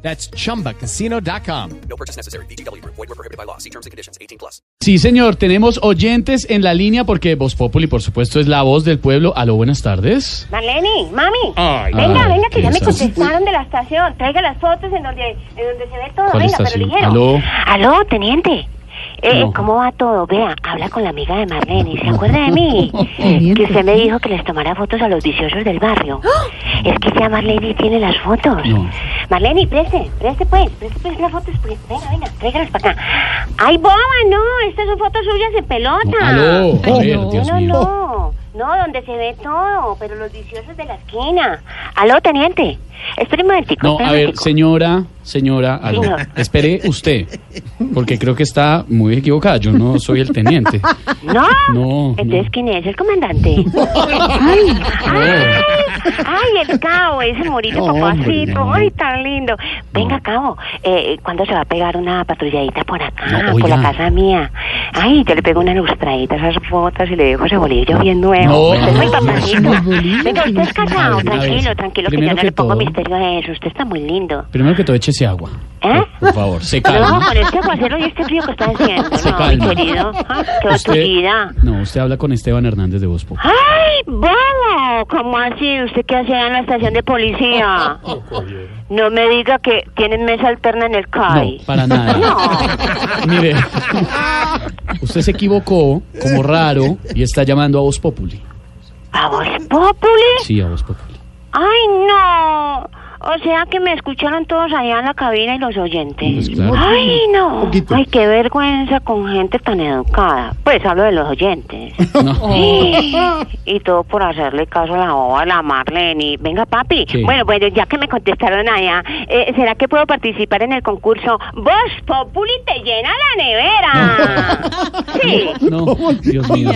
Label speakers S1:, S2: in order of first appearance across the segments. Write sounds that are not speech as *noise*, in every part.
S1: That's chumbacasino.com.
S2: No purchase necessary. BGW. Void were prohibited by law. See terms and conditions. 18 plus.
S3: Sí, señor, tenemos oyentes en la línea porque Voz Populi, por supuesto, es la voz del pueblo. Aló, buenas tardes.
S4: Marlene, mami, venga,
S3: ay,
S4: venga, que ya me
S3: esa-
S4: contestaron de la estación. Traiga las fotos en donde, en donde se ve todo.
S3: ¿Cuál
S4: Venga,
S3: estación?
S4: pero ligero.
S3: Aló.
S4: Aló, teniente. Eh,
S3: No.
S4: ¿Cómo va todo? Vea, habla con la amiga de Marlene. ¿Se acuerda de
S3: *laughs*
S4: mí? que usted me dijo que les tomara fotos a los viciosos del barrio. es que ya Marlene tiene las fotos.
S3: No.
S4: Marlene, preste, preste pues, preste pues las fotos. pues. Venga, venga, tráigalas para acá. ¡Ay, boba, no! Estas son fotos suyas de pelota.
S3: No, aló, a ver,
S4: Ah, No,
S3: Dios
S4: no,
S3: mío.
S4: no, no, donde se ve todo, pero los viciosos de la esquina. Aló, teniente, espere un momentico.
S3: No,
S4: espere
S3: a
S4: un
S3: ver,
S4: momentico.
S3: señora, señora, aló.
S4: Señor.
S3: Espere usted, porque creo que está muy equivocada. Yo no soy el
S4: *laughs*
S3: teniente.
S4: No,
S3: *laughs* No,
S4: entonces,
S3: no.
S4: ¿quién es el comandante?
S3: *laughs* No.
S4: Ay, el cabo, ese morito
S3: No, hombre,
S4: papacito,
S3: no.
S4: ay, tan lindo. Venga, cabo, eh, ¿cuándo se va a pegar una patrulladita por acá,
S3: No,
S4: por la
S3: oiga.
S4: casa mía? Ay, yo le pego una lustradita a esas fotos y le dejo ese bolillo bien nuevo.
S3: No,
S4: usted es muy
S3: no,
S4: papacito. Venga, usted es
S3: A
S4: casado,
S3: ver, a ver.
S4: tranquilo, tranquilo, que
S3: Primero
S4: yo no
S3: que
S4: le pongo
S3: todo.
S4: misterio a eso, usted está muy lindo.
S3: Primero que todo, échese agua.
S4: ¿Eh?
S3: Por favor, se
S4: No,
S3: calma.
S4: con este aguacero y este frío que está haciendo,
S3: Se
S4: no, mi
S3: calma.
S4: querido. Ah, Qué tullida.
S3: no, usted habla con Esteban Hernández de Voz Populi.
S4: ¡Ay, bobo! ¿Cómo así? ¿Usted qué hacía en la estación de policía? No me diga que tienen mesa alterna en el CAI.
S3: No, para nada. Mire, *laughs* usted se equivocó como raro y está llamando a Voz Populi.
S4: ¿A vos, Populi?
S3: Sí, a Voz Populi.
S4: ¡Ay, no! O sea que me escucharon todos allá en la cabina y los oyentes.
S3: Pues claro.
S4: ¡Ay, no! ¡Ay, qué vergüenza con gente tan educada! Pues hablo de los oyentes.
S3: *laughs*
S4: *laughs* Y todo por hacerle caso a la boba, a la Marlene. Venga, papi.
S3: Sí.
S4: Bueno, bueno, ya que me contestaron allá, eh, ¿será que puedo participar en el concurso Vos Populi te llena la nevera?
S3: *laughs*
S4: Sí.
S3: No, Dios mío.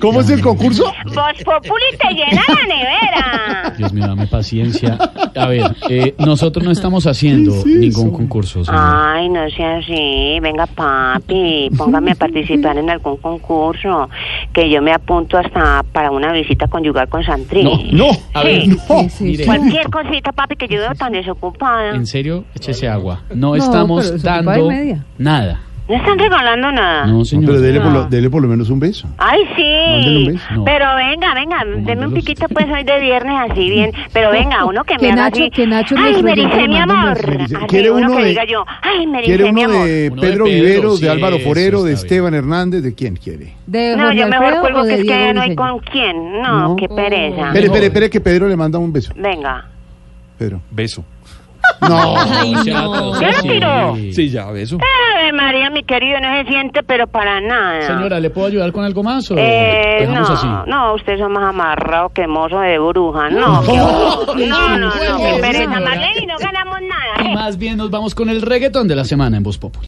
S5: ¿Cómo es el concurso?
S4: Vos Populi te llena
S3: *laughs*
S4: la nevera.
S3: Dios mío, dame paciencia. A ver, eh, nosotros no estamos haciendo ningún concurso, señor.
S4: Ay, no sea así. Venga, papi, póngame a participar en algún concurso que yo me apunto hasta para una visita conyugal con Santri.
S3: No, no, a ver,
S4: Sí.
S5: No.
S3: mire,
S4: Cualquier cosita, papi, que yo veo tan desocupada.
S3: en serio, échese agua. No, estamos dando nada.
S4: No están regalando nada.
S3: No, señor.
S5: Pero dele por, lo, dele por lo menos un beso.
S4: Ay,
S5: Mándele un
S4: sí.
S5: beso.
S3: No.
S4: Pero venga, venga, deme un
S3: mándelos.
S4: piquito, pues hoy de viernes así bien. Pero venga, uno que me
S6: Que
S4: haga
S6: Nacho-
S4: así.
S6: que Nacho
S4: Ay,
S6: nos
S4: me
S6: regrese
S4: dice mi
S6: mandando
S4: amor.
S5: un beso.
S4: Así
S5: Quiere
S4: uno,
S5: uno
S4: que
S5: de-
S4: diga yo. Ay, me
S5: ¿Quiere
S4: dice mi
S5: uno
S4: amor.
S5: de
S3: Uno de Pedro,
S5: Pedro Viveros,
S3: sí,
S5: de Álvaro
S3: eso
S5: Forero, de
S3: está bien.
S5: Esteban Hernández? ¿De quién quiere?
S6: ¿De
S4: No,
S6: Jorge
S4: yo mejor
S6: Alfredo
S4: cuelgo
S6: o
S4: que
S6: de
S4: es que
S6: Diego
S4: no hay
S6: Briseño?
S4: con quién. No,
S5: No.
S4: qué pereza.
S5: Espere, espere, espere, que Pedro le manda un beso.
S4: Venga.
S5: Pedro.
S7: Beso.
S5: No.
S4: tiró?
S7: Sí, ya, beso.
S4: Ay, María, mi querido, no se siente, pero para nada.
S3: Señora, ¿le puedo ayudar con algo más o
S4: Eh, no,
S3: dejamos así?
S4: no, usted es más amarrado que mozo de bruja. No, qué horror. no, no, no, qué pereza.
S3: señora.
S4: Marlene, no ganamos nada. ¿eh?
S3: Más bien nos vamos con el reggaetón de la semana en Voz Populi.